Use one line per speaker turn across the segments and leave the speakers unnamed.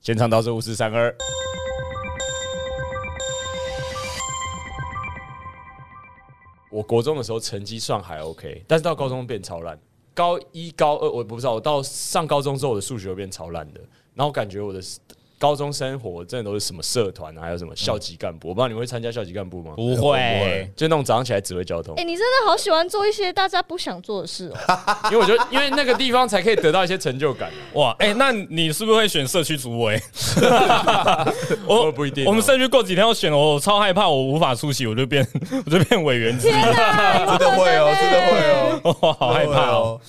现场导师五四三二。我国中的时候成绩算还 OK，但是到高中变超烂。高一、高二我也不知道，我到上高中之后我的数学变超烂的，然后我感觉我的高中生活真的都是什么社团啊，还有什么校级干部。我不知道你们会参加校级干部吗？
不会，
就那种早上起来指挥交通
哎、，你真的好喜欢做一些大家不想做的事哦、
因为我觉得因为那个地方才可以得到一些成就感。啊
哇，哎、那你是不是会选社区主 委？
我不一定哦
我们社区过几天要选，哦我超害怕，我无法出席，我就变 我就变委员之一，
啊
天哪，有
真的
可能
会哦，真的
欸
会哦，
我好害怕哦。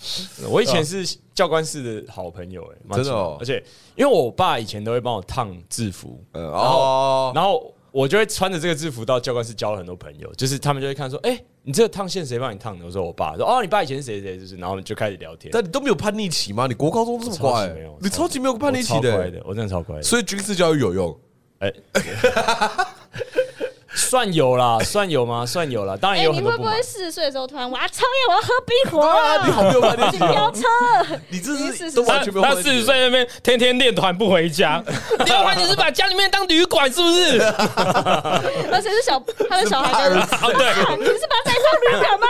我以前是教官室的好朋友、欸，哎，
真的哦
而且因为我爸以前都会帮我烫制服，
嗯哦，
然后我就会穿着这个制服到教官室交了很多朋友，就是他们就会看说，哎、你这个烫线谁帮你烫的？我说我爸，说哦，你爸以前是谁谁，就是，然后我们就开始聊天。
但你都没有叛逆期吗？你国高中这么
超
乖
级没有，
你超级没有叛逆期
我超乖
的，
的，我真的超乖的，
所以军事教育有用。
算有啦，算有吗？算有啦，当然
哎、
也有
你
很多
会
不
不
满
会。四十岁的时候突然我要创业，我要喝冰火
啊，你好没有叛逆
去
期哦
飙，车？
你这
你
是
是
都
他
完全没有
他
叛逆
四十
期。
岁那边天天练团不回 家，练团你是把家里面当旅馆是不是？
而且是小他的小孩跟
啊，对，
你是把他带上旅馆吗？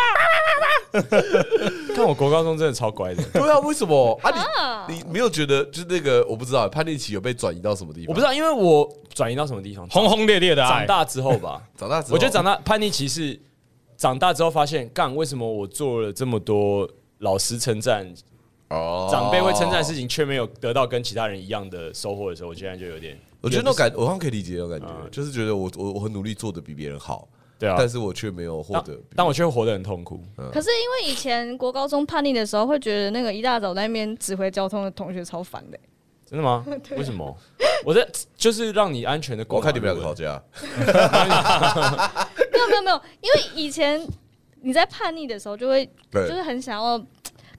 看我国高中真的超 乖的，
对啊，为什么啊
啊？
你你没有觉得就是那个我不知道叛逆期有被转移到什么地方？
我不知
道，
道，因为我转移到什么地方？
轰轰烈烈的爱
长，大之后吧，
长大之后，
我觉得长大叛逆期是长大之后发现，干为什么我做了这么多老师称赞、
哦
长辈会称赞的事情，却没有得到跟其他人一样的收获的时候，我现在就有点，
我觉得那种感，我好像可以理解那种感觉，就是觉得我我我很努力做的比别人好，
对啊，
但是我却没有获
但
得嗯比。
但我却活得很痛苦。
可是因为以前国高中叛逆的时候，会觉得那个一大早在那边指挥交通的同学超烦的、
真的吗？为什么？我在就是让你安全的过
我
马路。
看你们两个吵架，
没有没有没有，因为以前你在叛逆的时候，就会
对
就是很想要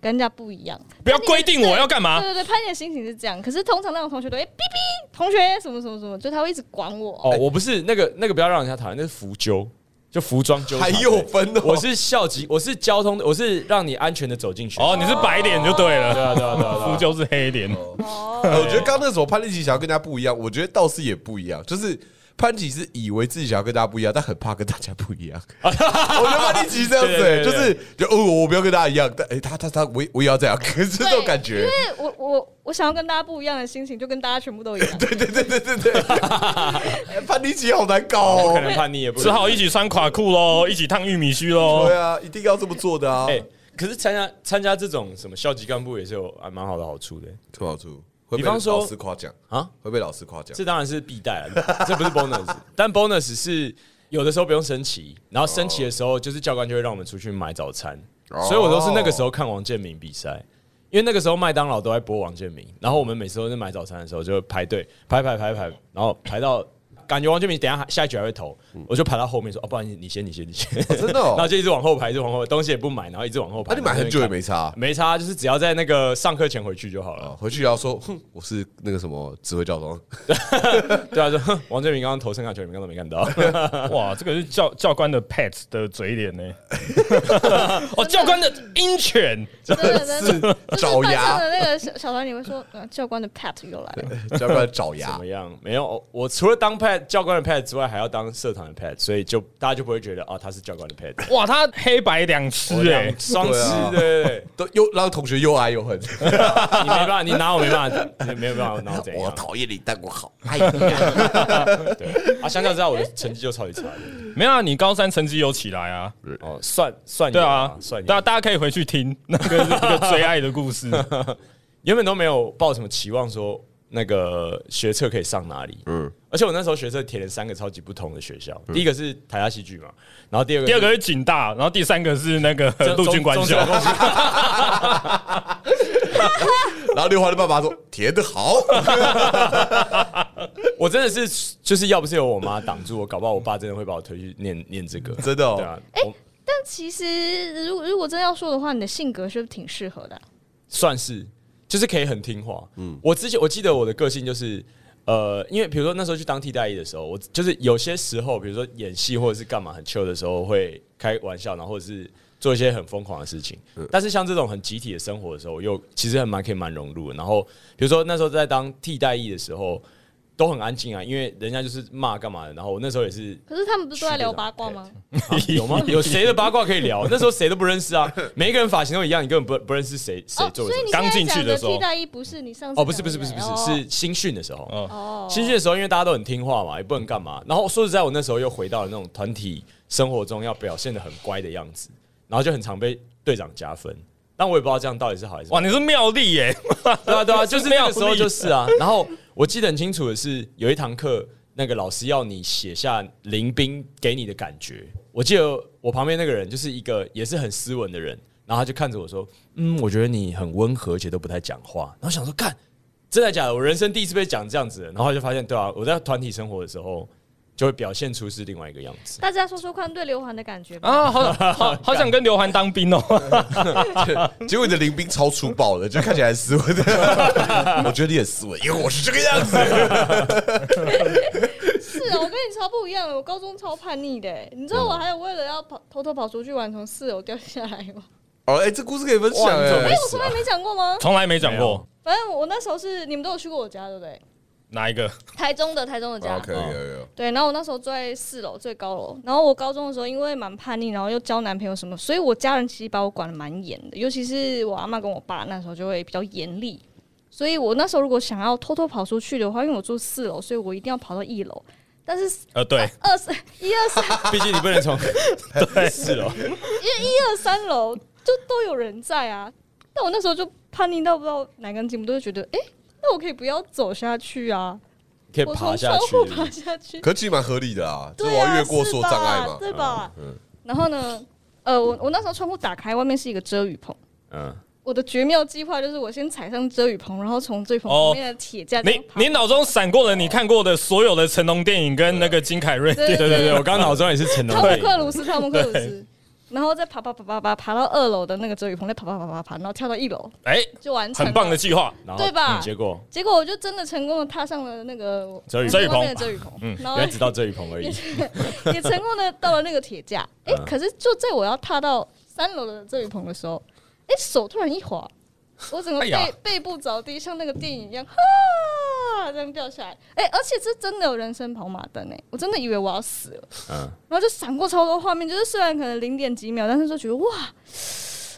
跟人家不一样。
不要规定我要干嘛。
对对对，叛逆的心情是这样。可是通常那种同学都会哔哔，同学什么什么什么，就他会一直管我。
哦，我不是那个那个，不要让人家讨厌，那是服纠，就服装纠察
还
队。
有分哦。
我是校级，我是交通的，我是让你安全的走进学校。
哦，你是白脸就对
对
了，
啊对啊对啊，对
福
啊
就是黑脸。
哦，
呃我
哎
觉得刚刚那种叛逆期想要跟大家不一样，我觉得倒是也不一样，就是。叛逆期是以为自己想要跟大家不一样，但很怕跟大家不一样。 我觉得叛逆期是这样子、欸，
对对对
就
对
是就哦，我不要跟大家一样，但哎、他他他，我也我也要这样， 可是这种感觉。
因为我我我想要跟大家不一样的心情，就跟大家全部都一样。
对对对对对对， 叛逆期好难搞
不可
哦。
能叛逆也不
只好一起穿垮裤喽，一起烫玉米须喽
对。啊，一定要这么做的啊。
哦哎、可是参加参加这种什么校级干部也是有还蛮好的好处的、
什么好处？啊会被
比方说
老师夸奖，
啊。
会被老师夸奖。
这当然是必带啊，这不是 bonus，但 bonus 是有的时候不用升旗，然后升旗的时候就是教官就会让我们出去买早餐，
哦
所以我都是那个时候看王建民比赛。因为那个时候麦当劳都在播王建民，然后我们每次都是买早餐的时候就排队排排排排，然后排到感觉王建民等一下下一局还会投，我就排到后面说哦，不然你你先你先你先，
真的哦
然后就一直往后排，一直往后排，东西也不买，然后一直往后排。
那啊你买很久也
然后在那边看
没差
没差，啊就是只要在那个上课前回去就好了。
啊？回去也要说，哼，我是那个什么指挥教宗。
对啊，就 哼王建民刚刚投三卡球，你们刚刚没看到。
哇，这个是教教官的 pet 的嘴脸呢。 哦，教官的鹰犬，
真的真的，就是
爪
班上
牙，
的那个小小团，你会说，呃教官的 pat 又来了。
要不然爪
怎
牙
么？样？没有，我除了当 pad 教官的 pad 之外，还要当社团的 pad，所以就大家就不会觉得啊，他是教官的 pad。
哇，他黑白两吃哎
两，双
对
吃
啊，
对对
都又让同学又爱又恨。
啊
对，你没办法，你拿我没办法，你没有办法拿我怎 样？
厌你，但我好爱
对啊，相较之下，我的成绩就超级差的。
没有啊，你高三成绩有起来啊？
哦，算算
对
有
啊，
算
大
有。
大家可以回去听 那个是一个最爱的故 事。
原本都没有抱什么期望，说那个学测可以上哪里。嗯，而且我那时候学测填了三个超级不同的学校，第一个是台大戏剧嘛，然后第二个
第嗯二个是警大，然后第三个是那个
中
陆军官
中
校
中。中
然后刘华的爸爸说：“填的好，
我真的是就是要不是有我妈挡住我，搞不好我爸真的会把我推去念念这个。
真的
对
哦。
啊，我
但其实，如果如果真要说的话，你的性格是不是挺适合的啊、
算是就是可以很听话。嗯，我之前我记得我的个性就是。呃，因为比如说那时候去当替代役的时候，我就是有些时候，比如说演戏或者是干嘛很 chill 的时候，会开玩笑，然后或者是做一些很疯狂的事情。但是像这种很集体的生活的时候，我又其实还蛮可以蛮融入的。然后比如说那时候在当替代役的时候，都很安静啊，因为人家就是骂干嘛的。然后我那时候也 是
可是他们不是都在聊八卦吗？
啊有吗？有谁的八卦可以聊？那时候谁都不认识啊，每一个人发型都一样，你根本不不认识谁谁
哦，
做
所
的
以
什么
你
刚
现在
进去
讲
的
的
时候
替代役不是你上次
哦，不是不是不是不
讲的
是，
那个
是新训的时候。
哦，
哦，
新训的时候，因为大家都很听话嘛，也不能干
嗯
嘛。然后说实在，我那时候又回到了那种团体生活中要表现的很乖的样子，然后就很常被队长加分。但我也不知道这样到底是好还是坏
哇，。你是妙丽耶！
对啊，对 啊，
这
就是是那
妙
个时候
力
就是 啊。然后我记得很清楚的是，有一堂课，那个老师要你写下林兵给你的感觉。我记得我旁边那个人就是一个也是很斯文的人，然后他就看着我说：“嗯，我觉得你很温和，而且都不太讲话。”然后想说，干，真的假的？我人生第一次被讲这样子的，然后就发现，对啊，我在团体生活的时候就会表现出是另外一个样子。
大家说说看对刘涵的感觉吧。
啊，好 好好想跟刘涵当兵哦。
结果你的林兵超粗暴的，就看起来很斯文的。我觉得你很斯文，因为我是这个样子。
是啊，我跟你超不一样的，我高中超叛逆的欸，你知道我还有为了要跑偷偷跑出去玩，从四楼掉下来
啊
吗？
哦，哎，这故事可以分享
哇你怎么
哎
没
哎，我从来没讲过吗？
从来没讲
没
过
有
反正我那时候是你们都有去过我家，对不对？
哪一个
台中的台中的家，
哦，可以可以可以。
对，然后我那时候住在四楼最高楼，然后我高中的时候因为蛮叛逆，然后又交男朋友什么，所以我家人其实把我管的蛮严的，尤其是我阿妈跟我爸那时候就会比较严厉，所以我那时候如果想要偷偷跑出去的话，因为我住四楼，所以我一定要跑到一楼，但是
呃，对，
二三一二三
毕竟你不 能从 是哦，
一二三楼就都有人在啊，但我那时候就叛逆到不知道哪根筋，我都会觉得，哎、那我可以不要走下去啊，
可以
我
爬
从
下
窗
去
户
的。
爬下去，
可其实蛮合理的啊，就是
对
我
啊，
要越过说障碍
是
嘛。嗯
吧对吧？然后呢，呃，我我那时候窗户打开，外面是一个遮雨棚。
嗯，
我的绝妙计划就是我先踩上遮雨棚，然后从遮雨棚
哦
旁边的铁架这样
你
爬
你脑中闪过了你看过的所有的成龙电影跟那个金凯瑞电
对
影，
对对，我刚刚脑中也是成龙
汤
电
姆
影。
克鲁斯，汤姆克鲁斯，然后再爬爬爬爬爬爬到二楼的那个遮雨棚，再爬爬爬爬爬，然后跳到一楼
哎，
就完成了，
很棒的计划。
然后
对吧
嗯结果
结果我就真的成功的踏上了那个
遮雨
我们
棚嗯
外面的遮雨棚，然
原
后
来只到这一棚 而已。
也成功的到了那个铁架。哎、可是就在我要踏到三楼的遮雨棚的时候，哎、手突然一滑，我整个
哎
背、
呀
背部着地，像那个电影一样，哈，这样掉下来。哎、而且这真的有人生跑马灯哎、我真的以为我要死了，
嗯，
然后就闪过超多画面，就是虽然可能零点几秒，但是就觉得哇，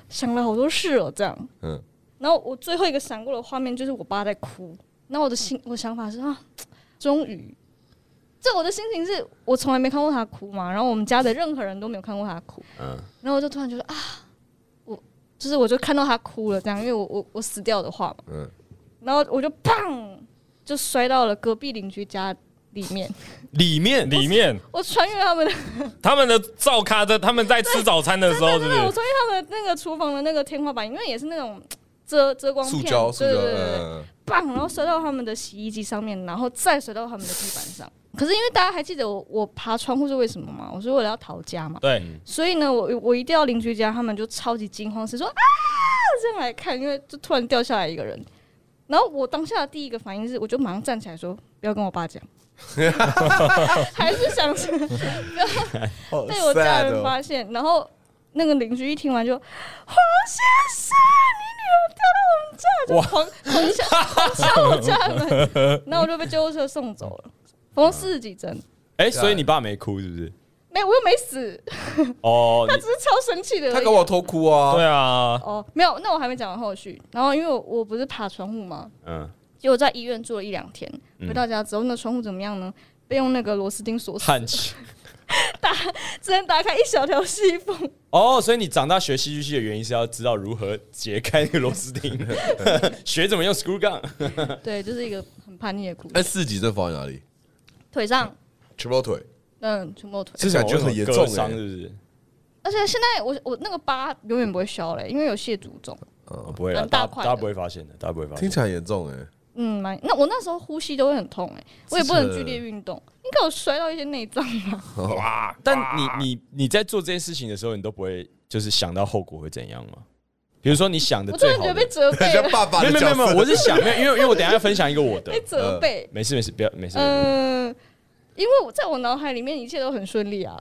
想了好多事哦，这样。
嗯
然后我最后一个闪过的画面就是我爸在哭，然后我的心，我想法是啊，终于，这我的心情是我从来没看过他哭嘛，然后我们家的任何人都没有看过他哭，
嗯
然后我就突然觉得啊，我就是我就看到他哭了这样，因为我我我死掉的话嘛，
嗯
然后我就砰就摔到了隔壁邻居家里面，
里面
里面
我穿越他们的，
他们的照咖的，他们在吃早餐的时候，是
对
不
对，我
是？
穿越他们那个厨房的那个天花板，因为也是那种遮遮光片，
塑胶塑
对
胶，
对对对对
嗯，
棒，然后摔到他们的洗衣机上面，然后再摔到他们的地板上。可是因为大家还记得我我爬窗户是为什么吗？我是为了要逃家嘛，
对，
所以呢，我我一定要邻居家，他们就超级惊慌，是说啊这样来看，因为就突然掉下来一个人。然后我当下的第一个反应是，我就马上站起来说：“不要跟我爸 讲。”还是想着
好
被我家
sad
人
哦
发现，然后那个邻居一听完就：“黄先生，你女儿掉到我们家，就狂狂敲狂敲我家 门，然后我就被救护车送走了，缝了四十几针，
哎、所以你爸没哭是不是？
没我又没死，
哦，
他只是超生气的而已。
他跟我偷哭啊，
对啊，
哦，没有，那我还没讲完后续。然后因为我我不是爬窗户吗？
嗯，
结果在医院住了一两天，
嗯
回到家之后，那窗户怎么样呢？被用那个螺丝钉锁死，
叹气。
只能打开一小条细缝。
哦，所以你长大学戏剧系的原因是要知道如何解开那个螺丝 钉，学怎么用 screw gun。
对，就是一个很叛逆的故
哎，
事。
四级症放在哪里？
腿上，
全部都腿，
嗯，全部都腿。
是
感觉很严重
割
欸
伤是不是？
而且现在我我那个疤永远不会消嘞、因为有蟹足肿。
哦、不会啦，
蛮大
大家
块
大
的
家不会发现的，大家不会发
听
现。
起来很严重哎。
嗯，蛮那我那时候呼吸都会很痛哎、我也不能剧烈运动，应该有摔到一些内脏吧？
哇！
但你你你在做这件事情的时候，你都不会就是想到后果会怎样吗？比如说你想的
我突
最
然
好
觉得
的，
被责备
像
了，
爸爸
没
的
有没
角
有没有，
色，
嗯 我是想没有，因为因为我等一下要分享一个我的
被，责备。
没事没事，不要没事。没事
嗯、因为我在我脑海里面一切都很顺利啊。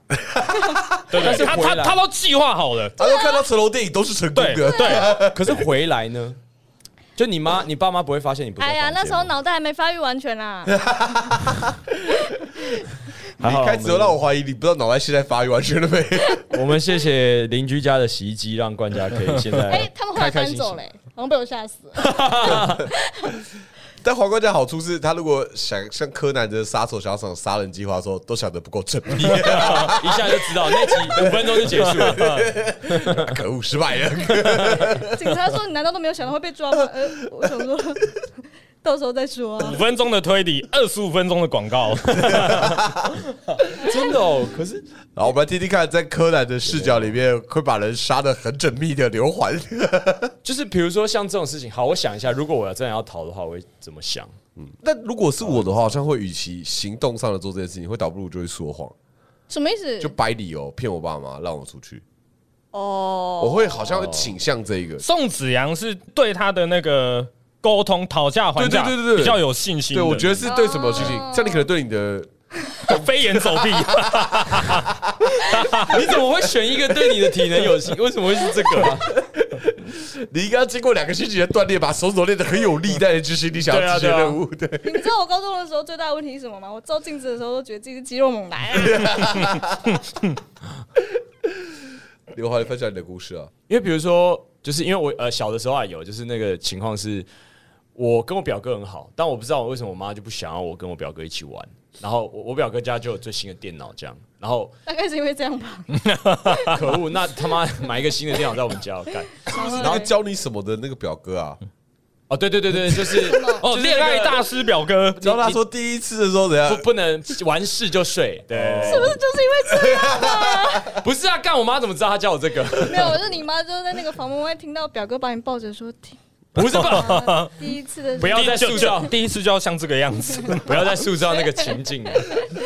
对不
但是
对？他
回
他
来
他都计划好了，
他说看到成龙电影都是成功
对
的，
对，
可是回来呢？就你妈、你爸妈不会发现你不在
哎呀，
房间
那时候
吗
脑袋还没发育完全啊 啦。
还
你
好
一开始都让我怀疑你不知道脑袋现在发育完全了没？
我们谢谢邻居家的洗衣机，让冠家可以现在
哎，他们后来
开开
搬
心
走
心
嘞，好像被我吓死了。
但皇冠家好处是他如果想像柯南的杀手想要想杀人计划的时候，都想的不够缜 密，
一下就知道那集五分钟就结束 了。
可恶，失败了。
警察说：“你难道都没有想到会被抓吗？”呃，我想说， 到时候再说啊
五。分钟的推理，二十五分钟的广告，
真的哦，可是
然后我们来听听看，在柯南的视角里面，会把人杀的很缜密的刘环，
就是比如说像这种事情，好，我想一下，如果我要真的要逃的话，我会怎么想？
那如果是我的话，好像会与其行动上的做这件事情，会倒不如就会说谎，
什么意思
就？摆理由骗我爸妈让我出去。我
哦，
会好像会倾向这一
哦
个，
宋子阳是对他的那个沟通讨价还价，
对对对对对
比较有信心
对
的。
我觉得是对什么有信心
哦？
像你可能对你的，
得 飞檐走壁，
你怎么会选一个对你的体能有兴？为什么会是这个、啊？
你应该要经过两个星期的锻炼，把手指头练得很有力，再来执行你想要执行的任务。对，
你知道我高中的时候最大的问题是什么吗？我照镜子的时候都觉得自己是肌肉猛男。
刘华，你分享你的故事啊。
因为比如说，就是因为我呃小的时候啊有，就是那个情况是，我跟我表哥很好，但我不知道为什么我妈就不想要我跟我表哥一起玩。然后我我表哥家就有最新的电脑这样，然后
大概是因为这样 吧。
可恶，那他妈买一个新的电脑在我们家我干。
然后教你什么的那个表哥啊，
哦，对对对对， 就是
哦，
就是那个
恋爱大师表哥，
教他说第一次的时候怎样
不，不能玩事就睡，对，
是不是就是因为这样？
不是啊，干我妈怎么知道她叫我这个？
没有，我是你妈，就是在那个房门外听到表哥把你抱着说：“听
不是吧？
啊，第一次的时 候
不要再
就
塑造
就第一次就要像这个样子，
不要再塑造那个情境了。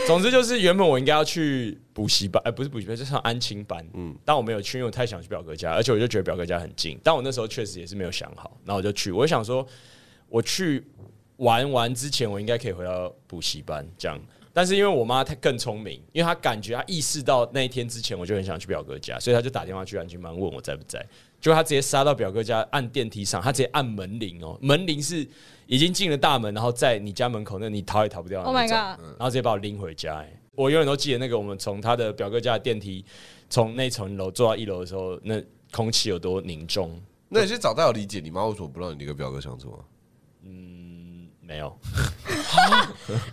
总之就是，原本我应该要去补习班，哎、不是补习班，就上安亲班。嗯，但我没有去，因为我太想去表哥家，而且我就觉得表哥家很近。但我那时候确实也是没有想好，然后我就去，我就想说，我去玩完之前，我应该可以回到补习班这样。但是因为我妈她更聪明，因为她感觉她意识到那一天之前我就很想去表哥家，所以她就打电话去安亲班问我在不在。结果她直接杀到表哥家，按电梯上，她直接按门铃哦，门铃是已经进了大门，然后在你家门口那你逃也逃不掉的
，Oh
那
my
种。
god！
然后直接把我拎回家、哎，我永远都记得那个我们从他的表哥家的电梯从那层楼坐到一楼的时候，那空气有多凝重。
那你是长大有理解你妈为什么不让你那个表哥相处啊？
嗯，没有，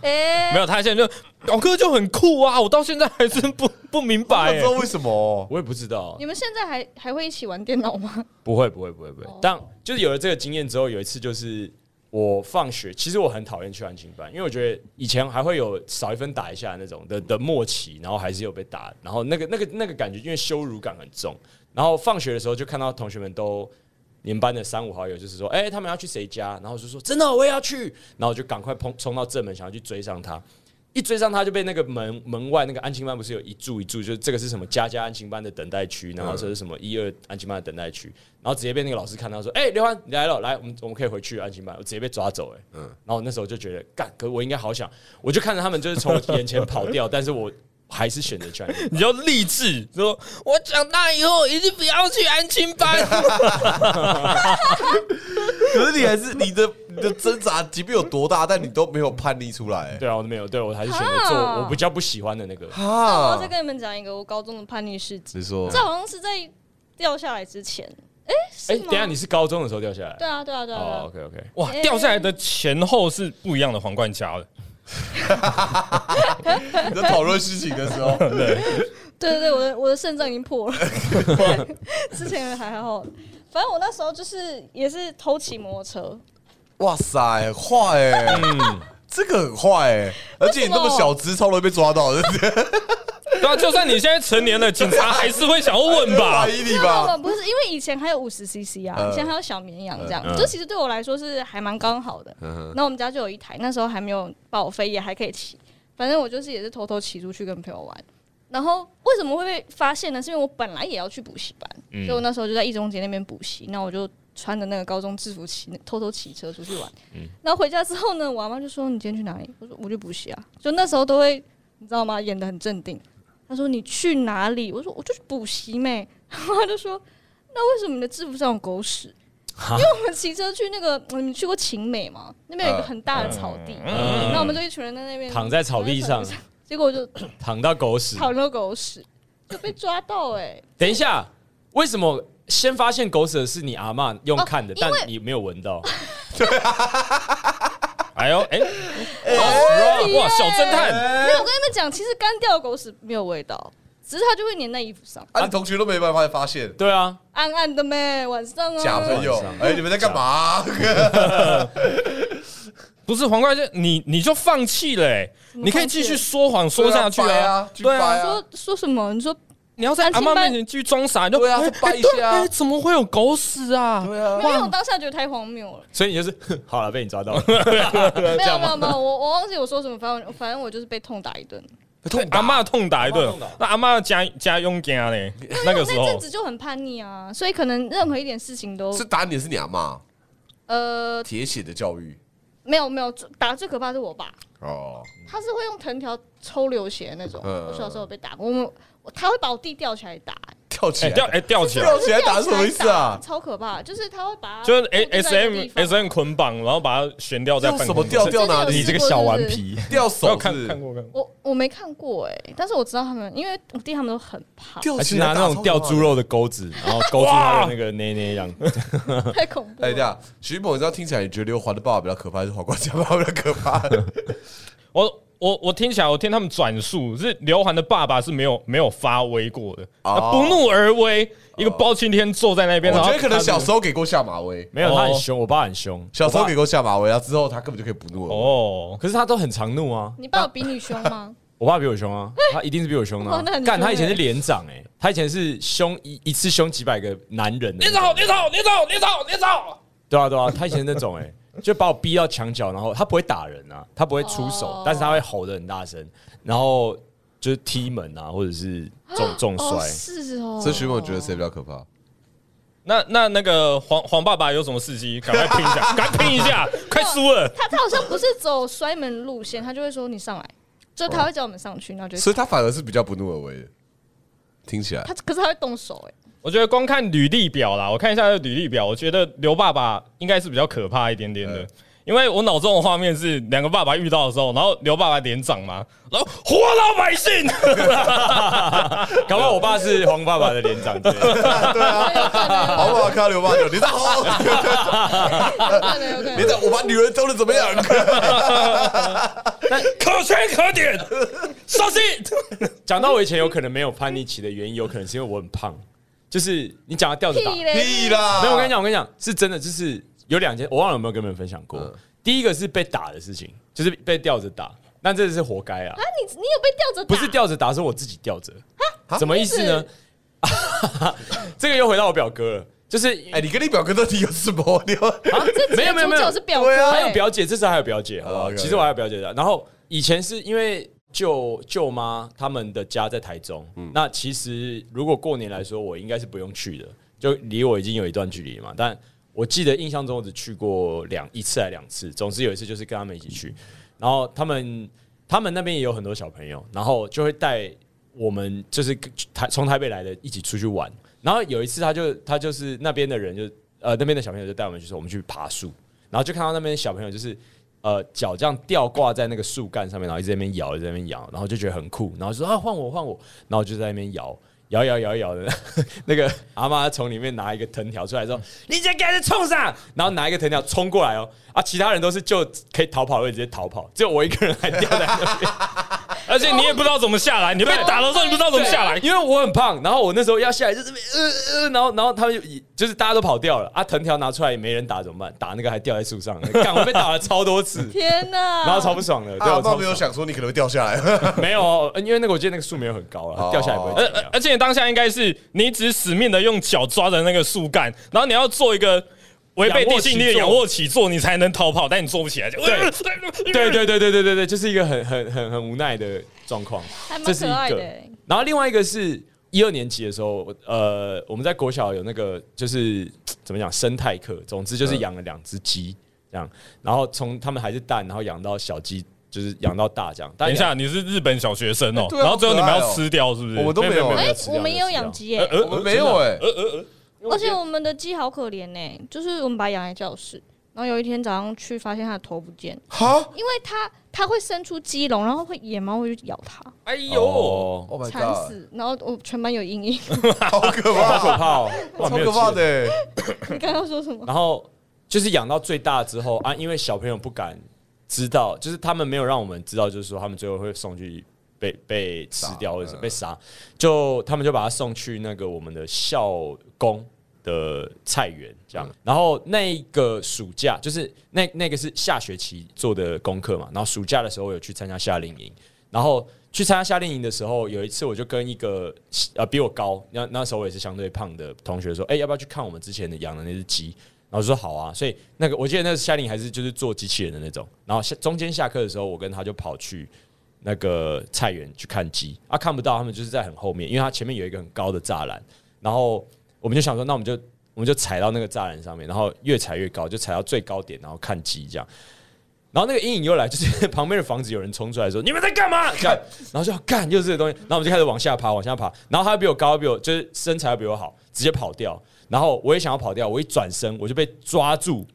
哎，
没有，他现在就表哥就很酷啊，我到现在还真不不明
我
白欸
不知。道为什么，哦
我也不知道啊
你，们现在还还会一起玩电脑吗？
不会，不会，不会，不会。
哦
但就是有了这个经验之后，有一次就是我放学，其实我很讨厌去安亲班，因为我觉得以前还会有少一分打一下那种的的默契，然后还是有被打，然后那个那个那个感觉，因为羞辱感很重。然后放学的时候就看到同学们都连班的三五好友，就是说，哎、他们要去谁家，然后我就说真的哦我也要去，然后我就赶快冲冲到正门，想要去追上他。一追上他就被那个门门外那个安亲班不是有一柱一柱，就是这个是什么家家安亲班的等待区，然后这是什么一二安亲班的等待区，然后直接被那个老师看到说，哎、刘欢你来了，来我们我们可以回去安亲班，我直接被抓走、哎，嗯，然后我那时候就觉得干，可我应该好想，我就看着他们就是从我眼前跑掉，但是我还是选择去安亲班
你就励志说，我长大以后一定不要去安亲班。
可是你还是你的你的挣扎，即便有多大，但你都没有叛逆出来欸
对啊，我都没有，对我还是选择做
啊
我比较不喜欢的那个。
我
啊
要再跟你们讲一个我高中的叛逆事迹，
你说
这好像是在掉下来之前，哎，
哎、
是吗？
等一下你是高中的时候掉下来？
对啊，对啊，对啊，对
哦
啊
，OK OK，
哇，掉下来的前后是不一样的皇冠家的。
你在讨论事情的时候，
对对对，我的我的肾脏已经 破了，之前还好，反正我那时候就是也是偷骑摩托车，
哇塞，很坏哎，这个很坏哎，而且你那么小只，超容易被抓到的，
对啊，就算你现在成年了，警察还是会想要问吧
怀？疑你
没有没有
吧？
不是因为以前还有五十 CC 啊，
呃
嗯
以前还有小绵羊这样，
嗯
就其实对我来说是还蛮刚好
嗯
的。那我们家就有一台，那时候还没有报废，也还可以骑。反正我就是也是偷偷骑出去跟朋友玩。然后为什么会被发现呢？是因为我本来也要去补习班，所以我那时候就在一中街那边补习。那我就穿着那个高中制服骑，偷偷骑车出去玩。然后回家之后呢，我阿妈就说：“你今天去哪里？”我说：“我去补习啊。”就那时候都会你知道吗？演的很镇定。他说你去哪里？我说我就去补习妹。然后他就说那为什么你的制服上有狗屎？因为我们 骑车去那个，你们去过晴美吗？那边有一
啊
个很大的草地，
嗯
那我们就一群人在那边
躺在草地上，
结果我就
躺到狗屎。
躺到狗屎，就被抓到哎、
等一下，为什么先发现狗屎的是你阿嬷用
哦
看的，但你没有闻到？
哎呦，哎，哇，哇小侦探，
没有，我跟你们讲，其实干掉的狗屎没有味道，只是它就会粘在衣服上，
啊，你同学都没办法发现，
对啊，
暗暗的咩，晚上啊。
假朋友
晚上，
哎，你们在干嘛？
不是黄瓜，就你你就放弃了，哎，
么
你可以继续说谎说下去
对
啊
啊，去
对
掰
啊
啊，
说说什么？你说
你要在阿妈
安亲班
面前继续装傻，你就
对啊
哎
去掰一
哎对
下啊
哎，怎么会有狗屎啊？
对啊
没有？因为我当下觉得太荒谬 了。
所以你就是好了，被你抓到了。
没有没有没有，我我忘记我说什么，反正反正我就是被痛打一顿。
对阿妈痛打一
阿嬷
顿
痛打，
那阿妈家家用家嘞，那个时
那阵
候
子就很叛逆啊，所以可能任何一点事情都
是打你的是你阿妈，
呃
铁血的教育
没有没有最打最可怕的是我爸，
哦，
他是会用藤条抽流血的那种。
嗯
我小时候有被打过，我们我他会把我弟吊起来打、欸
跳起
哎吊
来，
哎吊起来，
吊起来打是什么意思啊
超可怕，就是他会把他
就是 A
固定
S
在一个
M
地方
S M 捆绑，然后把它悬吊在
用
半
什
空
么
中。
吊吊哪
你
里？
这个小顽皮，
吊
我有
手
看
是
看过看过，
我我没看过哎、但是我知道他们，因为我弟他们都很怕，
吊
还
起
是
来
拿那种吊猪，肉的钩子，然后勾住他的那个捏捏一样。
太恐怖
打超痛的哎，
了。
这样徐某，你知道听起来你觉得刘华的爸爸比较可怕，还是黄瓜家爸爸比较 可怕？
哎我我我听起来，我听他们转述是刘涵的爸爸是没有没有发威过的，
哦
他不怒而威，一个包青天坐在那边，
我觉
然
得
后
可能小时
候
候给过下马威，
没有，他很
哦
凶，我爸很凶。
小时候
我
给过下马威，然后之后他根本就可以不怒了。
哦
爸，，可是他都很常怒啊。
你爸有比你凶吗？
我爸比我凶啊，他一定是比我凶的、
哇
啊
那。很
干，
凶
他以前
欸
是连长哎、他以前是凶一一次凶几百个男人的那
你
种。
走你走你走你走你走，
对啊对啊，他以前那种哎、 就把我逼到墙角，然后他不会打人啊，他不会出手，
哦
但是他会吼得很大声，然后就是踢门啊，或者是 重重摔。
哦，是哦。
所以徐某觉得谁比较可怕？
那那那个黄黄爸爸有什么事迹？赶快拼一 下，赶快拼一下，快输了。
他他好像不是走摔门路线，他就会说你上来，就他会叫我们上去，然后就
所以他反而是比较不怒而为的，听起来
他可是他会动手哎、
我觉得光看履历表啦，我看一下这个履历表，我觉得刘爸爸应该是比较可怕一点点的，
嗯
因为我脑中的画面是两个爸爸遇到的时候，然后刘爸爸连长嘛，然后活老百姓，
搞不好我爸是黄爸爸的连长之类的。
好不好看？刘八九，你在好，
有可能有可能
你在我把女人偷的怎么 样？
可圈可点，稍息。
讲到我以前有可能没有叛逆期的原因，有可能是因为我很胖，就是你讲他吊着打，
屁
没
嘞，
屁啦！
有我跟你讲，我跟你讲是真的，就是有两件，我忘了有没有跟你们分享过。第一个是被打的事情，就是被吊着打，那这是活该啊
啊，，你你有被吊着打？
不是吊着打，是我自己吊着。什么意思呢
意？
这个又回到我表哥了，就是
哎，你跟你表哥到底有什么？ 你有
啊，没有没有没
主角
有
是，表哥、
对啊
哎，
还有表姐，这次还有表姐，好不
哦
好？
，OK，OK
其实我还有表姐的。然后以前是因为舅舅妈他们的家在台中，
嗯
那其实如果过年来说，我应该是不用去的，就离我已经有一段距离嘛。但我记得印象中我只去过两一次还两次，总之有一次就是跟他们一起去，然后他们他们那边也有很多小朋友，然后就会带我们就是台从台北来的一起出去玩。然后有一次，他就他就是那边的人就呃那边的小朋友就带我们去说我们去爬树，然后就看到那边小朋友就是呃脚这样吊挂在那个树干上面，然后一直在那边摇，一直在那边摇，然后就觉得很酷，然后就说啊换我换我，然后就在那边摇。摇摇摇摇的，那个阿妈从里面拿一个藤条出来说：“你这给子冲上！”然后拿一个藤条冲过来哦，啊，其他人都是就可以逃跑，会直接逃跑，只有我一个人还吊在那边。
而且你也不知道怎么下来，你被打的时候你不知道怎么下来，
因为我很胖，然后我那时候要下来就是呃呃，然后然后他们就就是大家都跑掉了啊，藤条拿出来也没人打怎么办？打那个还掉在树上，干我被打了超多次
天哪！
然后超不爽的，对
阿
我
妈
超
没
没
有
有
想说你可能会掉下来，
没有哦，因为那个我记得那个树没有很高了，掉下来不会
而
怎么样
而。而且你当下应该是你只死命的用脚抓着那个树干，然后你要做一个违背地心力的仰卧起坐，你才能逃跑，但你做不起来。就
对对对对对对对对，就是一个很很很很无奈的状况
还，蛮
这是一
可爱的
个
欸。
然后另外一个是一二年级的时候，呃，我们在国小有那个就是怎么讲生态课，总之就是养了两只鸡这样，然后从他们还是蛋，然后养到小鸡就是养到大这样。但
等一
养，
下，你是日本小学生哦
哎，对啊
然后最后你们
好可爱
要
哦
吃掉是不是？
我们都没有
没
哎、
有吃掉
我们也有
没有吃掉
养鸡哎
呃，呃
我们没有哎、
呃呃呃，
而且我们的鸡好可怜呢、欸就是我们把它养来教室，然后有一天早上去发现它的头不见，
哈
因为它它会生出鸡笼，然后会野猫会去咬
啊
它，
哎呦，
哦，
，Oh my
惨
god，
死。然后我全班有阴影。
好
好
可
可
怕，
怕哦，哇
超可怕。
没有
的
吃
欸、
你刚刚说 什么？
然后就是养到最大之后啊，因为小朋友不敢知道，就是他们没有让我们知道，就是说他们最后会送去被被吃掉或者是被杀，嗯就他们就把它送去那个我们的校工的菜园这样。然后那个暑假就是那那个是下学期做的功课嘛，然后暑假的时候我有去参加夏令营，然后。去参加夏令营的时候，有一次我就跟一个呃比我高，那那时候我也是相对胖的同学说，哎、要不要去看我们之前的养的那只鸡？然后就说好啊，所以那个我记得那个夏令营还是就是做机器人的那种，然后下中间下课的时候，我跟他就跑去那个菜园去看鸡啊，看不到他们就是在很后面，因为它前面有一个很高的栅栏，然后我们就想说，那我们就我们就踩到那个栅栏上面，然后越踩越高，就踩到最高点，然后看鸡这样。然后那个阴影又来，就是旁边的房子有人冲出来说：“你 们在干嘛？”这样，然后就干，又是这个东西。然后我们就开始往下爬，往下爬。然后他比我高，比我就是身材比我好，直接跑掉。然后我也想要跑掉，我一转身我就被抓住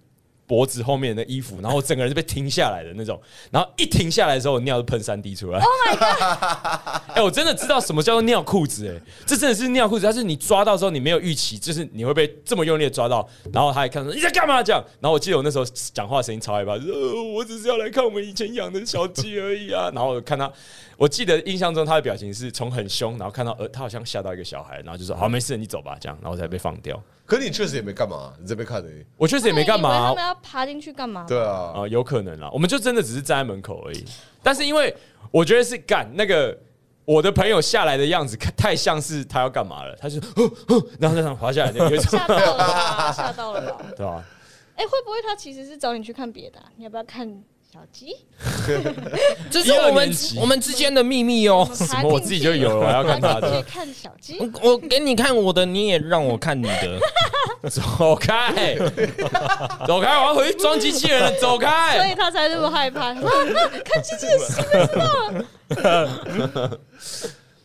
脖子后面的衣服，然后我整个人是被停下来的那种。然后一停下来的时候，我尿就喷三滴出来。Oh my god！哎、我真的知道什么叫做尿裤子、哎，这真的是尿裤子。但是你抓到之后，你没有预期，就是你会被这么用力的抓到，然后他还看说你在干嘛这样。然后我记得我那时候讲话声音超害怕，就是、呃我只是要来看我们以前养的小鸡而已啊。然后我看他，我记得印象中他的表情是从很凶，然后看到呃他好像吓到一个小孩，然后就说好没事，你走吧这样，然后才被放掉。
可你确实也没干嘛，你这边看的、已。
我确实也没干嘛、
他们以为他们要爬进去干嘛？
对啊，
啊、有可能啦，我们就真的只是站在门口而已。但是因为我觉得是干那个我的朋友下来的样子，看太像是他要干嘛了，他就哦哦，然后就想滑下来，就有一 种
吓到 了吧？吓到了吧？
对吧、
啊
哎、会不会他其实是找你去看别的啊、你要不要看小鸡？
这
是我们我
们之间的秘密哦
我们爬
什么我
进
自己
去
就有了我要看
爬
他的
进去看小鸡。
我给你看我的，你也让我看你的。
走开，走开，我要回去装机器人了，走
所以
开。
他才那么害怕，看鸡鸡的事没知道了。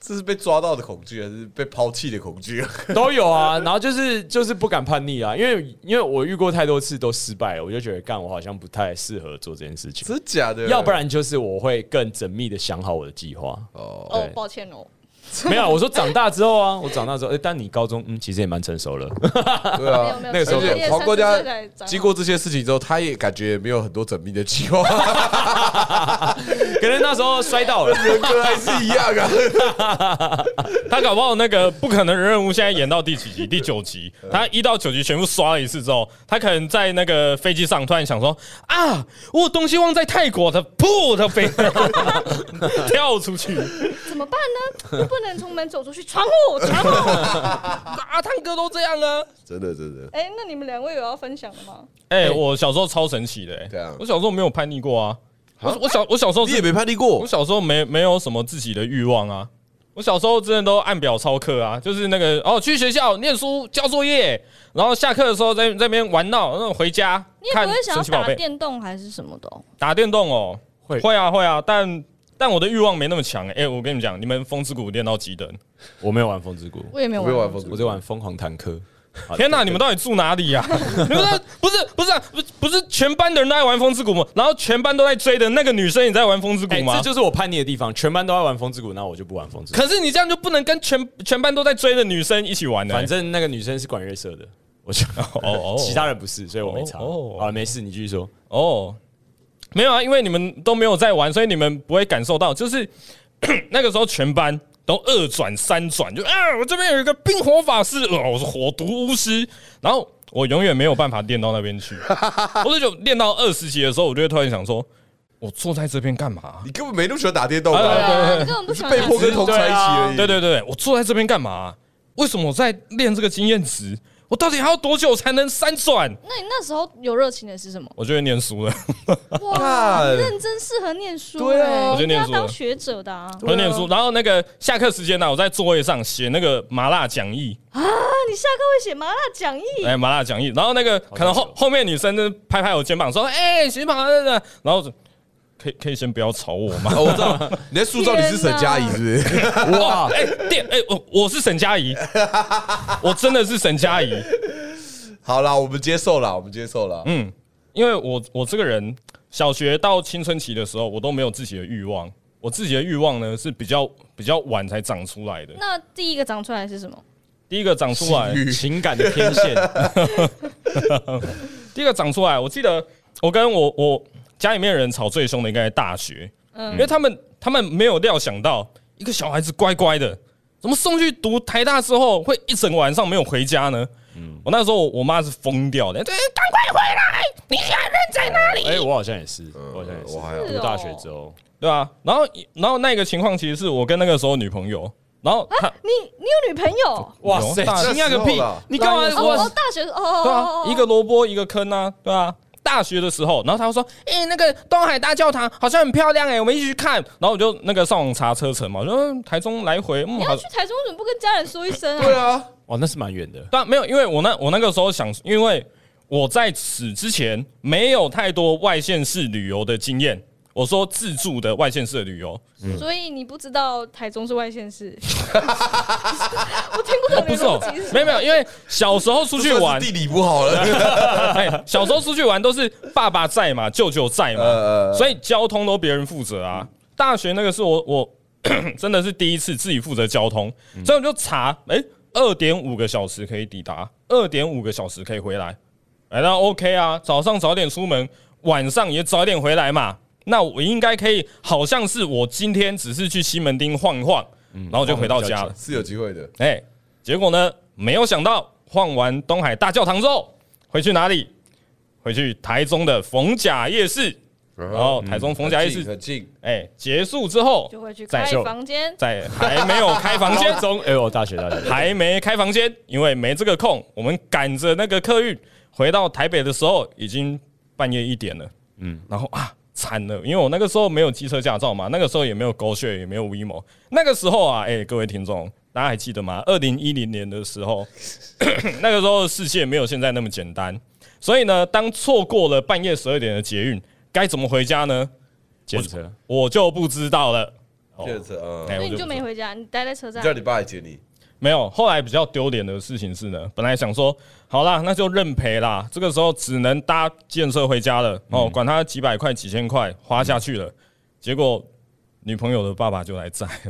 这是被抓到的恐惧，还是被抛弃的恐惧？
都有啊，然后就是就是不敢叛逆啊，因为因为我遇过太多次都失败了，我就觉得干我好像不太适合做这件事情，
真的假的？
要不然就是我会更缜密的想好我的计划。
哦，
哦，抱歉哦，
没有，我说长大之后啊，我长大之后，哎、但你高中嗯，其实也蛮成熟 了，
对
没有
啊
没有，
那个时候
而
其实
且
也
黄国家
30岁才长
经过这些事情之后，他也感觉也没有很多缜密的 计划，
可能那时候摔到了。
人格还是一样啊。
他搞不好那个不可能的任务现在演到第几
嗯
集？第九集，他一到九集全部刷了一次之后，他可能在那个飞机上突然想说啊，我有东西忘在泰国的，噗，他飞 跳出去
怎么办呢？又不能从门走出去，闯祸，闯祸。
啊，汤哥都这样啊。
真的真的，
哎，那你们两位有要分享的吗？
哎、我小时候超神奇的、
对
哎
啊，
我小时候没有叛逆过啊。我我小我小时候
你
是
也没叛逆
我
过，
小时候没没有什么自己的欲望啊。我小时候真的都按表操课啊，就是那个哦，去学校念书、交作业，然后下课的时候在在那边玩闹，然后回家
你也
看
不会想
神
要
奇宝
打
贝、
电动还是什么的哦？
打电动哦，
会
会啊会啊，但但我的欲望没那么强哎、欸我跟你们讲，你们风之谷练到几等？
我没有玩风之谷，
我也没有
我没有玩
过
风之
我在玩疯狂坦克。 哎好
天哪、你们到底住哪里 呀、你们在不是不是、啊、不是不是全班的人都在玩风之谷吗？然后全班都在追的那个女生也在玩风之谷
哎、
吗？
这就是我叛逆的地方，全班都在玩风之谷，那我就不玩 风之谷。
可是你这样就不能跟全全班都在追的女生一起玩欸呢、
反正那个女生是管乐社的，我 就
哦哦
其他人不是，所以我没查。
哦哦
好了，没事，你继续 说。
哦，没有啊，因为你们都没有在玩，所以你们不会感受到，就是 那个时候全班都二转三转，就啊，我这边有一个冰火法师，哦，我是火毒巫师，然后我永远没有办法练到那边 去，我就就练到二十级的时候，我就会突然想说，我坐在这边干嘛？
你根本没那么喜欢打电动
对
啊，
啊，你根本不
你
喜
是
欢
被
打
迫跟
电
同
动
才一起而已。
对对对，我坐在这边干嘛？为什么我在练这个经验值？我到底还要多久才能三转？？
那你那时候有热情的是什么
我就会念书了，
哇，你认真适合念书，
对啊
哎
我就
你
念
要
书
当
了
学者的啊。
我就念书。然后那个下课时间呢、我在座位上写那个麻辣讲义，
那你下课会写麻辣讲义？
哎，麻辣讲义。然后那个可能后后面女生就拍拍我肩膀说：“哎、徐胖，然后我就可以可以先不要吵我吗？
哦，我知道，你在塑造你是沈佳宜是不是？
哇，哎、电哎，我、我是沈佳宜，我真的是沈佳宜，
好啦，我们接受啦，我们接受啦。嗯，
因为我我这个人，小学到青春期的时候，我都没有自己的欲望，我自己的欲望呢是比较比较晚才长出来的。
那第一个长出来是什么？
第一个长出来，
情感的天线，
第一个长出来，我记得我跟我我家里面的人吵最凶的应该是大学，因为他们他们没有料想到一个小孩子乖乖的，怎么送去读台大之后会一整个晚上没有回家呢？
嗯
我那时候我妈是疯掉的，对，赶快回来，你家人在哪里？
哎，我好像也是，我好像也
我还好
是，读哦大学之后，
对啊，然后然后那个情况其实是我跟那个时候女朋友，然后她、
你你有女朋友？
哇塞，
大
惊讶个屁
那时候啦！
你干嘛？
哦，
我
哦大学哦哦，
对啊
哦，
一个萝卜一个坑啊，对啊。大学的时候，然后他会说：“哎、那个东海大教堂好像很漂亮哎、我们一起去看。”然后我就那个上网查车程嘛，我说嗯台中来回，嗯，
你
好
要去，台中，怎么不跟家人说一声
对
啊？
啊，
哇，那是蛮远的。
啊但没有，因为我那我那个时候想，因为我在此之前没有太多外县市旅游的经验，我说自助的外县市的旅游，
所以你不知道台中是外县 市。我听不懂
不
你的
是哦
逻辑是什么，
没有没有，因为小时候出去玩
这算是，地理不好了。
哎，小时候出去玩都是爸爸在嘛，舅舅在嘛，
呃，
所以交通都别人负责啊。大学那个是我我 真的是第一次自己负责交通，所以我就查，哎、二点五个小时可以抵达，二点五个小时可以回来，哎、那 OK 啊，早上早点出门，晚上也早点回来嘛，那我应该可以，好像是我今天只是去西门町晃一晃，然后就回到家了。
是有机会的。
哎、结果呢，没有想到晃完东海大教堂之后，回去哪里？回去台中的逢甲夜市，然后台中逢甲夜
很
市
近，，很近，
哎、结束之后
就会去
再
开
秀
房间。
在还没有开房间
高，中，哎，我大学大 学，
还没开房间，因为没这个空，我们赶着那个客运回到台北的时候，已经半夜一点了。嗯，然后啊，惨了，因为我那个时候没有机车驾照嘛，那个时候也没有狗血，也没有 VMO。那个时候啊，哎、各位听众，大家还记得吗？二零一零年的时候，那个时候的世界没有现在那么简单，所以呢，当错过了半夜十二点的捷运，该怎么回家呢？
检测
我就不知道了。哦
确实，嗯，
哎
所以
我
你就
不知
没回家，你待在车
你
站
叫。你爸来接你。
没有，后来比较丢脸的事情是呢，本来想说，好啦，那就认赔啦，这个时候只能搭建设回家了，
嗯
哦，管他几百块几千块花下去了，结果女朋友的爸爸就来载了，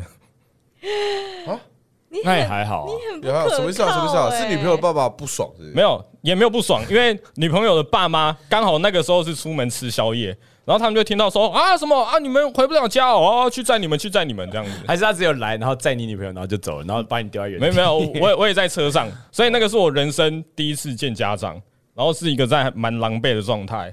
你
那也
很
还好啊。
你很不
然后
可
什么意思啊？什么意思
靠
啊？是
欸
女朋友爸爸不爽是不是？
没有也没有不爽，因为女朋友的爸妈刚好那个时候是出门吃宵夜，然后他们就听到说啊什么啊你们回不了家哦，哦去载你们去载你们这样子，
还是他只有来，然后载你女朋友，然后就走了，然后把你丢在原
没
地。
有没有，我也我也在车上，所以那个是我人生第一次见家长，然后是一个在蛮狼狈的状态。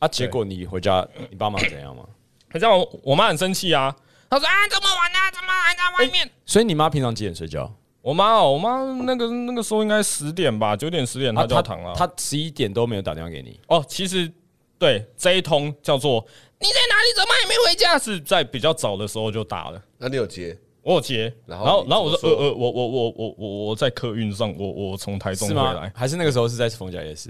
啊，结果你回家，你爸妈怎样吗？
可这样我我妈很生气啊，她说啊这么晚啊，怎么还在外面？
所以你妈平常几点睡觉？
我妈哦，我妈那个那个时候应该十点吧，九点十点她就要躺了。
啊她十一点都没有打电话给你，
哦，其实对这一通叫做你在哪里，怎么还没回家？是在比较早的时候就打了。
那你有接？
我有接，然
然后
后
你
然后我
怎
说
么
呃
说
呃，我我我我我我在客运上，我我从台中
是
回
吗
来？，
还是那个时候是在逢甲夜市？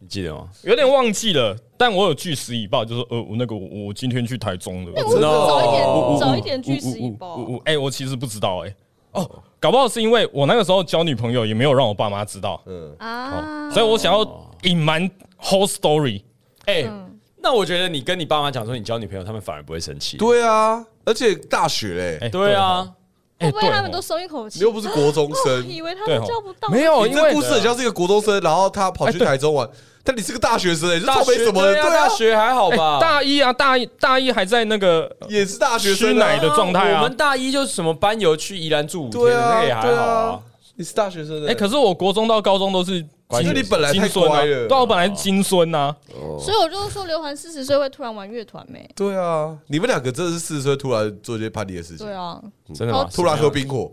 你记得吗？
有点忘记了，但我有据实以报，就是呃，我那个我我今天去台中了。
那我怎么早一
哦
点早一点据实以
哦
我
报？
我哎、我其实不知道哎、哦，搞不好是因为我那个时候交女朋友也没有让我爸妈知道，
嗯，
啊，
所以我想要隐瞒 whole story。
哎、
嗯
那我觉得你跟你爸妈讲说你交女朋友，他们反而不会生气。
对啊，而且大学嘞，
哎
对，啊，
对
会
哦
不会他
哎
们
对
都松一口气？
你又不是国中
哦
生，
以为他
对
们
哦
叫不到，
没有，
你
因为
这故
啊
事很像是一个国中生，然后他跑去台中玩，但你是个大学生，哎，这
大
超没
学
什么的，
对啊，
对
大
啊，
学还好
哎
吧？
大一啊，大一大一还在那个
也是大学生
虚
啊
奶的状态啊
我们大一就是什么班游去宜兰住五天
对
的，那个也
啊，
还
对
好啊
啊。，你是大学生
哎、
哎，
可是我国中到高中都是
乖
金
因为
你本来太
金孙啊
乖了
对啊，我本来是啊金孙呐、
所以我就说刘涵四十岁会突然玩乐团没？
对啊，你们两个真的是四十岁突然做一些叛逆的事
对
情，
啊，
真的吗？
突然喝
冰，
冰火，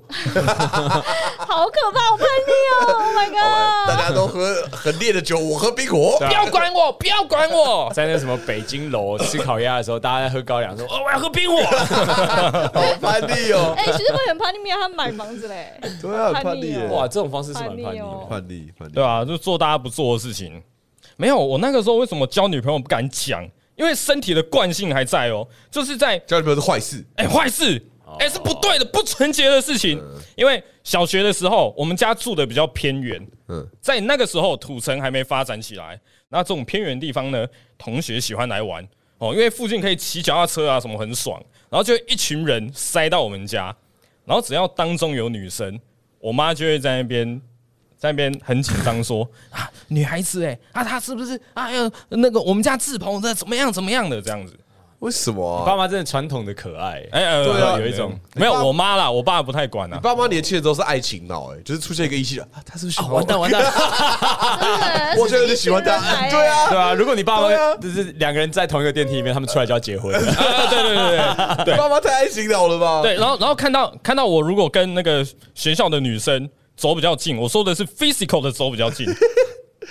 好可怕，我叛逆哦！Oh my
大
god！
家都喝很烈的酒，我喝冰 火
对，，
不要管我，不要管我
在那什么北京楼吃烤鸭的时候，大家在喝高粱，说
哦我要喝 冰火。
好叛逆哦，
哎，徐志摩很叛逆，没有他买房子 嘞。
对啊，很叛逆
叛逆
耶，
哦
哇，这种方式是蛮叛逆
叛逆
的
哦。
叛逆叛逆
啊对，吧、就做大家不做的事情。没有，我那个时候为什么交女朋友不敢讲？因为身体的惯性还在哦，就是在
交女朋友是坏事，
哎，坏事，哎，是不对的，不纯洁的事情。因为小学的时候，我们家住的比较偏远，
嗯
嗯，在那个时候土城还没发展起来，那这种偏远地方呢，同学喜欢来玩哦，因为附近可以骑脚踏车啊，什么很爽。然后就一群人塞到我们家，然后只要当中有女生，我妈就会在那边。在那边很紧张说 啊，女孩子哎、啊，她是不是啊？要那个我们家志鹏这怎么样怎么样的这样子？
为什么啊、
爸妈真的传统的可爱、
哎、哎
对啊
有一种
你
没有
爸
我妈啦，我爸不太管
你
啊。
爸妈年轻的时候是爱情脑，哎，就是出现一个异性，啊他是不是喜欢我？
完蛋！
真的，
我现在有点喜欢他
这啊是一群人来
对啊
对啊，如果你爸
对啊
妈就是两个人在同一个电梯里面，他们出来就要 结婚了。
啊 对对对对
你爸妈太爱情脑了吧？
对，然后然后看到看到我如果跟那个学校的女生走比较近，我说的是 physical 的走比较 近。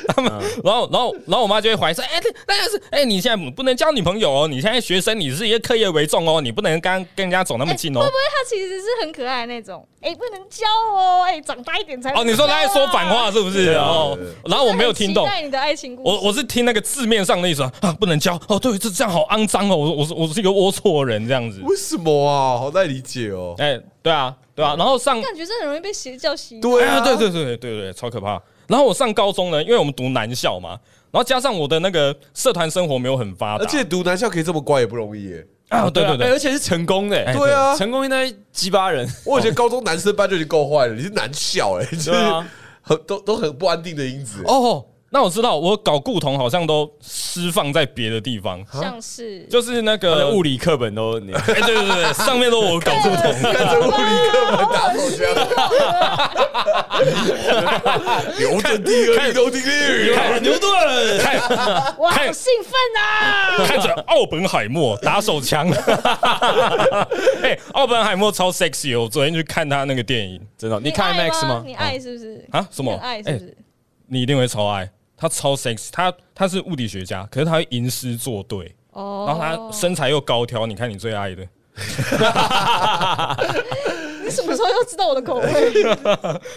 他
嗯
们，然后，然后，然后我妈就会怀疑说：“哎、那那就是，哎、你现在不能交女朋友哦，你现在学生，你是以课业为重哦，你不能跟跟人家走那么
哎
近哦。
会不会他其实是很可爱的那种？哎、不能教哦，哎、长大一点才能
哦，你说
交
她在说反
啊，
话是不是？哦，然后我没有听懂
期，待你的爱情故事，
我我是听那个字面上的意思啊，啊不能交哦，对，这这样好肮脏哦，我我是我是一个龌龊的人这样子。
为什么啊？好难理解哦。
哎、对啊，对啊，然后上
感觉真的很容易被邪教吸引。
对
哎
啊，
呀对对对对对对，超可怕。然后我上高中呢，因为我们读男校嘛，然后加上我的那个社团生活没有很发达，
而且读男校可以这么乖也不容易耶。
啊，对对
哎
对，
而且是成功的、
哎
对啊，
成功一堆鸡巴人，
我以前高中男生班就已经够坏了，你是男校哎，就是
对啊
很都都很不安定的因子。
哦，那我知道，我搞固同好像都释放在别的地方，
像是
就是那
他的
个
呃物，理课本都你
哎，对对对，上面都我搞固同，
看着物理课本打手
啊
枪，牛顿第二运动定律，
看牛顿，看
我好
看
兴奋 啊！
看着奥本海默打手枪， 哎，奥本海默超 sexy，哦我昨天去看他那个电影
真的，你看
看
Max 吗？
你爱是不是？
啊，什
你
么
很爱是不是？
你一定会超爱。他超 sexy，他他是物理学家，可是他会吟诗作对，
哦，
然后他身材又高挑，你看你最爱的。
你什么时候又知道我的口 味？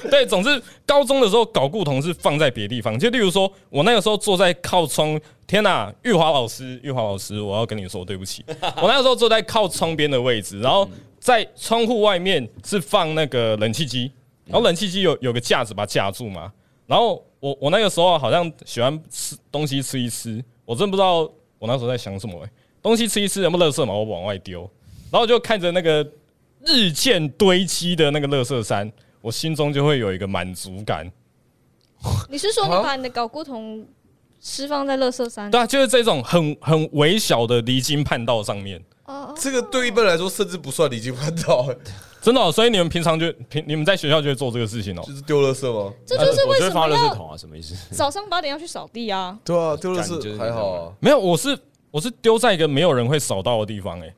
对，总之高中的时候搞固同是放在别地方，就例如说我那个时候坐在靠窗，天哪、玉华老师，玉华老师，我要跟你说对不起，我那个时候坐在靠窗边的位置，然后在窗户外面是放那个冷气机，然后冷气机有有个架子把它架住嘛，然后我我那个时候好像喜欢吃东西吃一吃，我真不知道我那时候在想什么、欸，东西吃一吃，什么垃圾嘛，我往外丢，然后就看着那个日渐堆积的那个垃圾山，我心中就会有一个满足感。
你是说你把你的睾固酮释放在垃圾山？
对啊，就是这种很很微小的离经叛道上面，
哦，哦
这个对一般人来说甚至不算离经叛 道，
真的哦、所以你们平常就平你们在学校就会做这个事情哦
就。是丢垃圾吗？
这就是
哦我
为
觉
什
得放
么
垃圾
要
桶啊，什么意思？
早上八点要去扫 地啊？
对啊，丢垃
感觉
圾
是
还好啊。
没有，我是我是丢在一个没有人会扫到的地方、欸，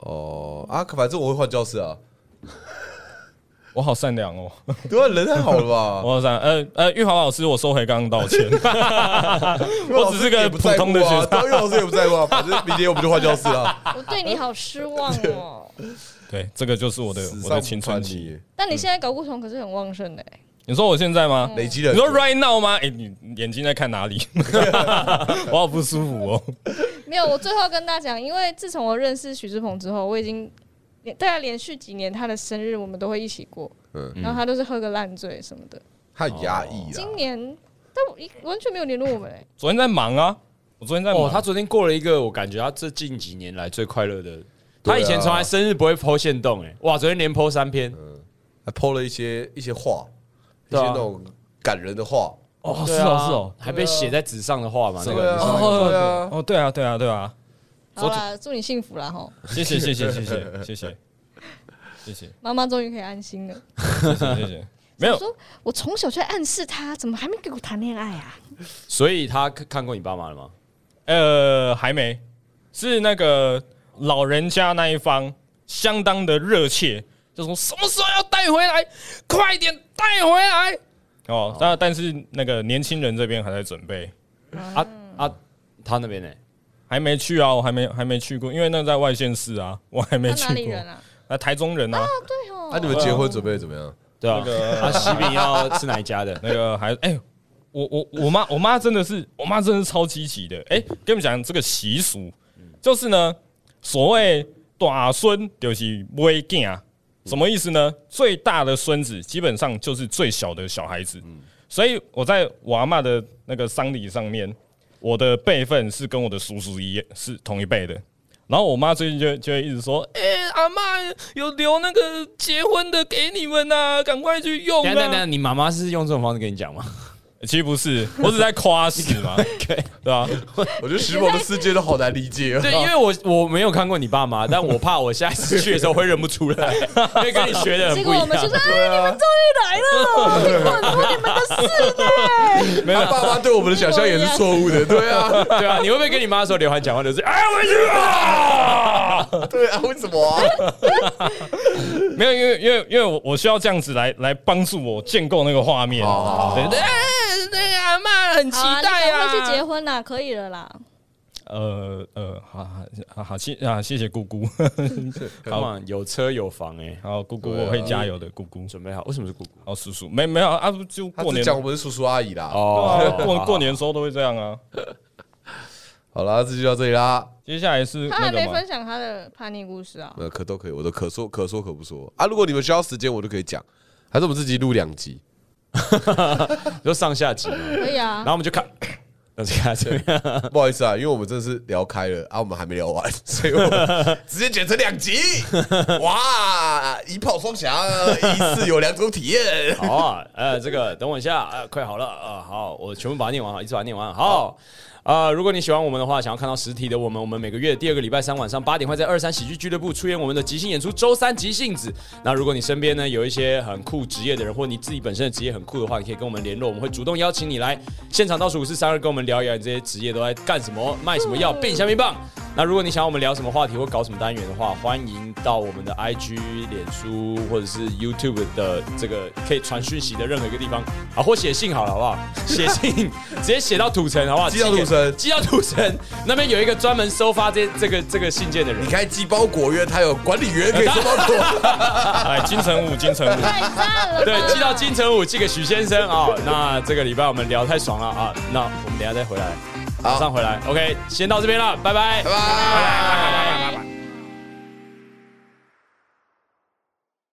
哦啊，反正我会换教室啊。
我好善良哦，
对啊，人太好了 吧？
我好善良。呃呃，玉华老师，我收回刚刚道 歉。我只是个普通的学生
当老师也不在 乎啊。反正明天我们就换教室啊。
我对你好失望哦。
对，这个就是我的
史
我
上
的
不
青春
传
期。
奇，
但你现在睾固酮可是很旺盛的欸，
你说我现在吗？
累积了
你说 right now 吗？哎、你你眼睛在看哪 里？我好不舒服哦。
没有，我最后跟大家讲，因为自从我认识许志鹏之后，我已经连大概连续几年他的生日我们都会一起过，
嗯
然后他都是喝个烂醉什么的。
他很压抑啊啦
今。年但我一完全没有联络 我们哎、
昨天在忙啊，我昨天在忙。
哦，他昨天过了一个我感觉他这近几年来最快乐的。
对
他
啊
以前从来生日不会剖线动，哎，哇，昨天连剖三篇，
还抛了一些一些话，一
对
些
啊
那种感人的话。
哦，是
对啊
哦，是哦。
还被写在纸上的话嘛，那
对啊
个
哦对啊
哦，对啊，对啊，对啊，
好啦，祝你幸福啦吼，
谢谢，谢谢，谢谢，谢谢，谢谢，谢谢
妈妈终于可以安心了。
谢 谢，没有
我，说我从小就在暗示他，怎么还没给我谈恋爱啊？
所以他看看过你爸妈了吗？
呃，还没，是那个老人家那一方相当的热切，就说什么时候要带回来，快点带回来。哦，那但是那个年轻人这边还在准备，
嗯
啊啊，他那边呢？
还没去啊，我还没还没去过，因为那在外县市啊，我还没
他
去
哪里
过
人。啊？
那台中人啊，
对哦，
那你们结婚准备得怎么样？
对啊
那，个
啊，喜饼要吃哪一家的？
那个还哎、我我我妈我妈真的是我妈真的是超积极的哎、跟你们讲这个习俗，就是呢，所谓短孙就是微囝啊，什么意思呢？最大的孙子基本上就是最小的小孩子，所以我在我阿嬷的那个丧礼上面，我的辈分是跟我的叔叔一样，是同一辈的。然后我妈最近就就会一直说：“哎、阿嬷有留那个结婚的给你们呐、赶快去用
等一下等一下等一
啊
下，！”你妈妈是用这种方式跟你讲吗？
其实不是，我只是在 夸死嘛，对吧、
我觉得石某的世界都好难理解 哦。
对，因为我我没有看过你爸妈，但我怕我下一次去的时候会认不出 来，因为跟你学的很
结
不
果
一
我们就
样
说：“。哎，你们终于来了，听过很多你们的事呢。
他啊爸妈对我们的想象也是错误的，对啊，
对啊，你会不会跟你妈的时候，刘涵讲话 就是哎，我去啊！
对啊，为什么啊？
没有，因为因为因为我我需要这样子来来帮助我建构那个画面。
哦
对对，哎对啊，妈很” 期
好啊，
待
你赶
啊。
快去结婚啦，可以了啦。
哦
呃呃，好好好好，谢啊，谢谢姑姑。
好嘛，有车有房哎、
好，姑姑，
对啊
我会加油的，姑姑。
准备好。为什么是姑姑？
好，叔叔，没没有啊，就
他
过
只
年
讲我们是叔叔阿姨啦。
啊
哦，
过过年的时候都会这样啊。
好啦，这就到这里啦。
接下来是
他
那
还
个
没
嘛
分，享他的叛逆故事啊。
呃，可都可以，我都可说可说可不说啊。如果你们需要时间，我就可以讲，还是我们自己录两集。
就上下 集嘛，然
可以啊
后，我们 就看，那就看这边。
不好意思啊，因为我们真的是聊开了啊，我们还没聊完，所以我们直接剪成两集。哇，一炮双响，一次有两种体验。
好啊，呃，这个等我一下，呃，快好了啊、呃好，我全部把它念完，好，一次把它念完，好。啊、如果你喜欢我们的话，想要看到实体的我们，我们每个月第二个礼拜三晚上八点会在二三喜剧俱乐部出演我们的即兴演出《周三即兴子》。那如果你身边呢有一些很酷职业的人，或你自己本身的职业很酷的话，你可以跟我们联络，我们会主动邀请你来现场倒数五四三二跟我们聊一聊你这些职业都在干什么、卖什么药、变香槟棒。那如果你想要我们聊什么话题或搞什么单元的话，欢迎到我们的 IG、脸书或者是 YouTube 的这个可以传讯息的任何一个地方啊，或写信好了，好不好？写信 直接写到土城，好不好？
寄到
寄给
土城
寄到土城那边有一个专门收发这这个这个信件的人
你。开寄包裹员，他有管理员可以收包裹。
哎，金城武，金城武。
太赞了吧，
对，寄到金城武，寄给许先生啊、那这个礼拜我们聊太爽了啊，那我们等一下再回来，马上回来。OK，先到这边了，拜拜，
拜拜。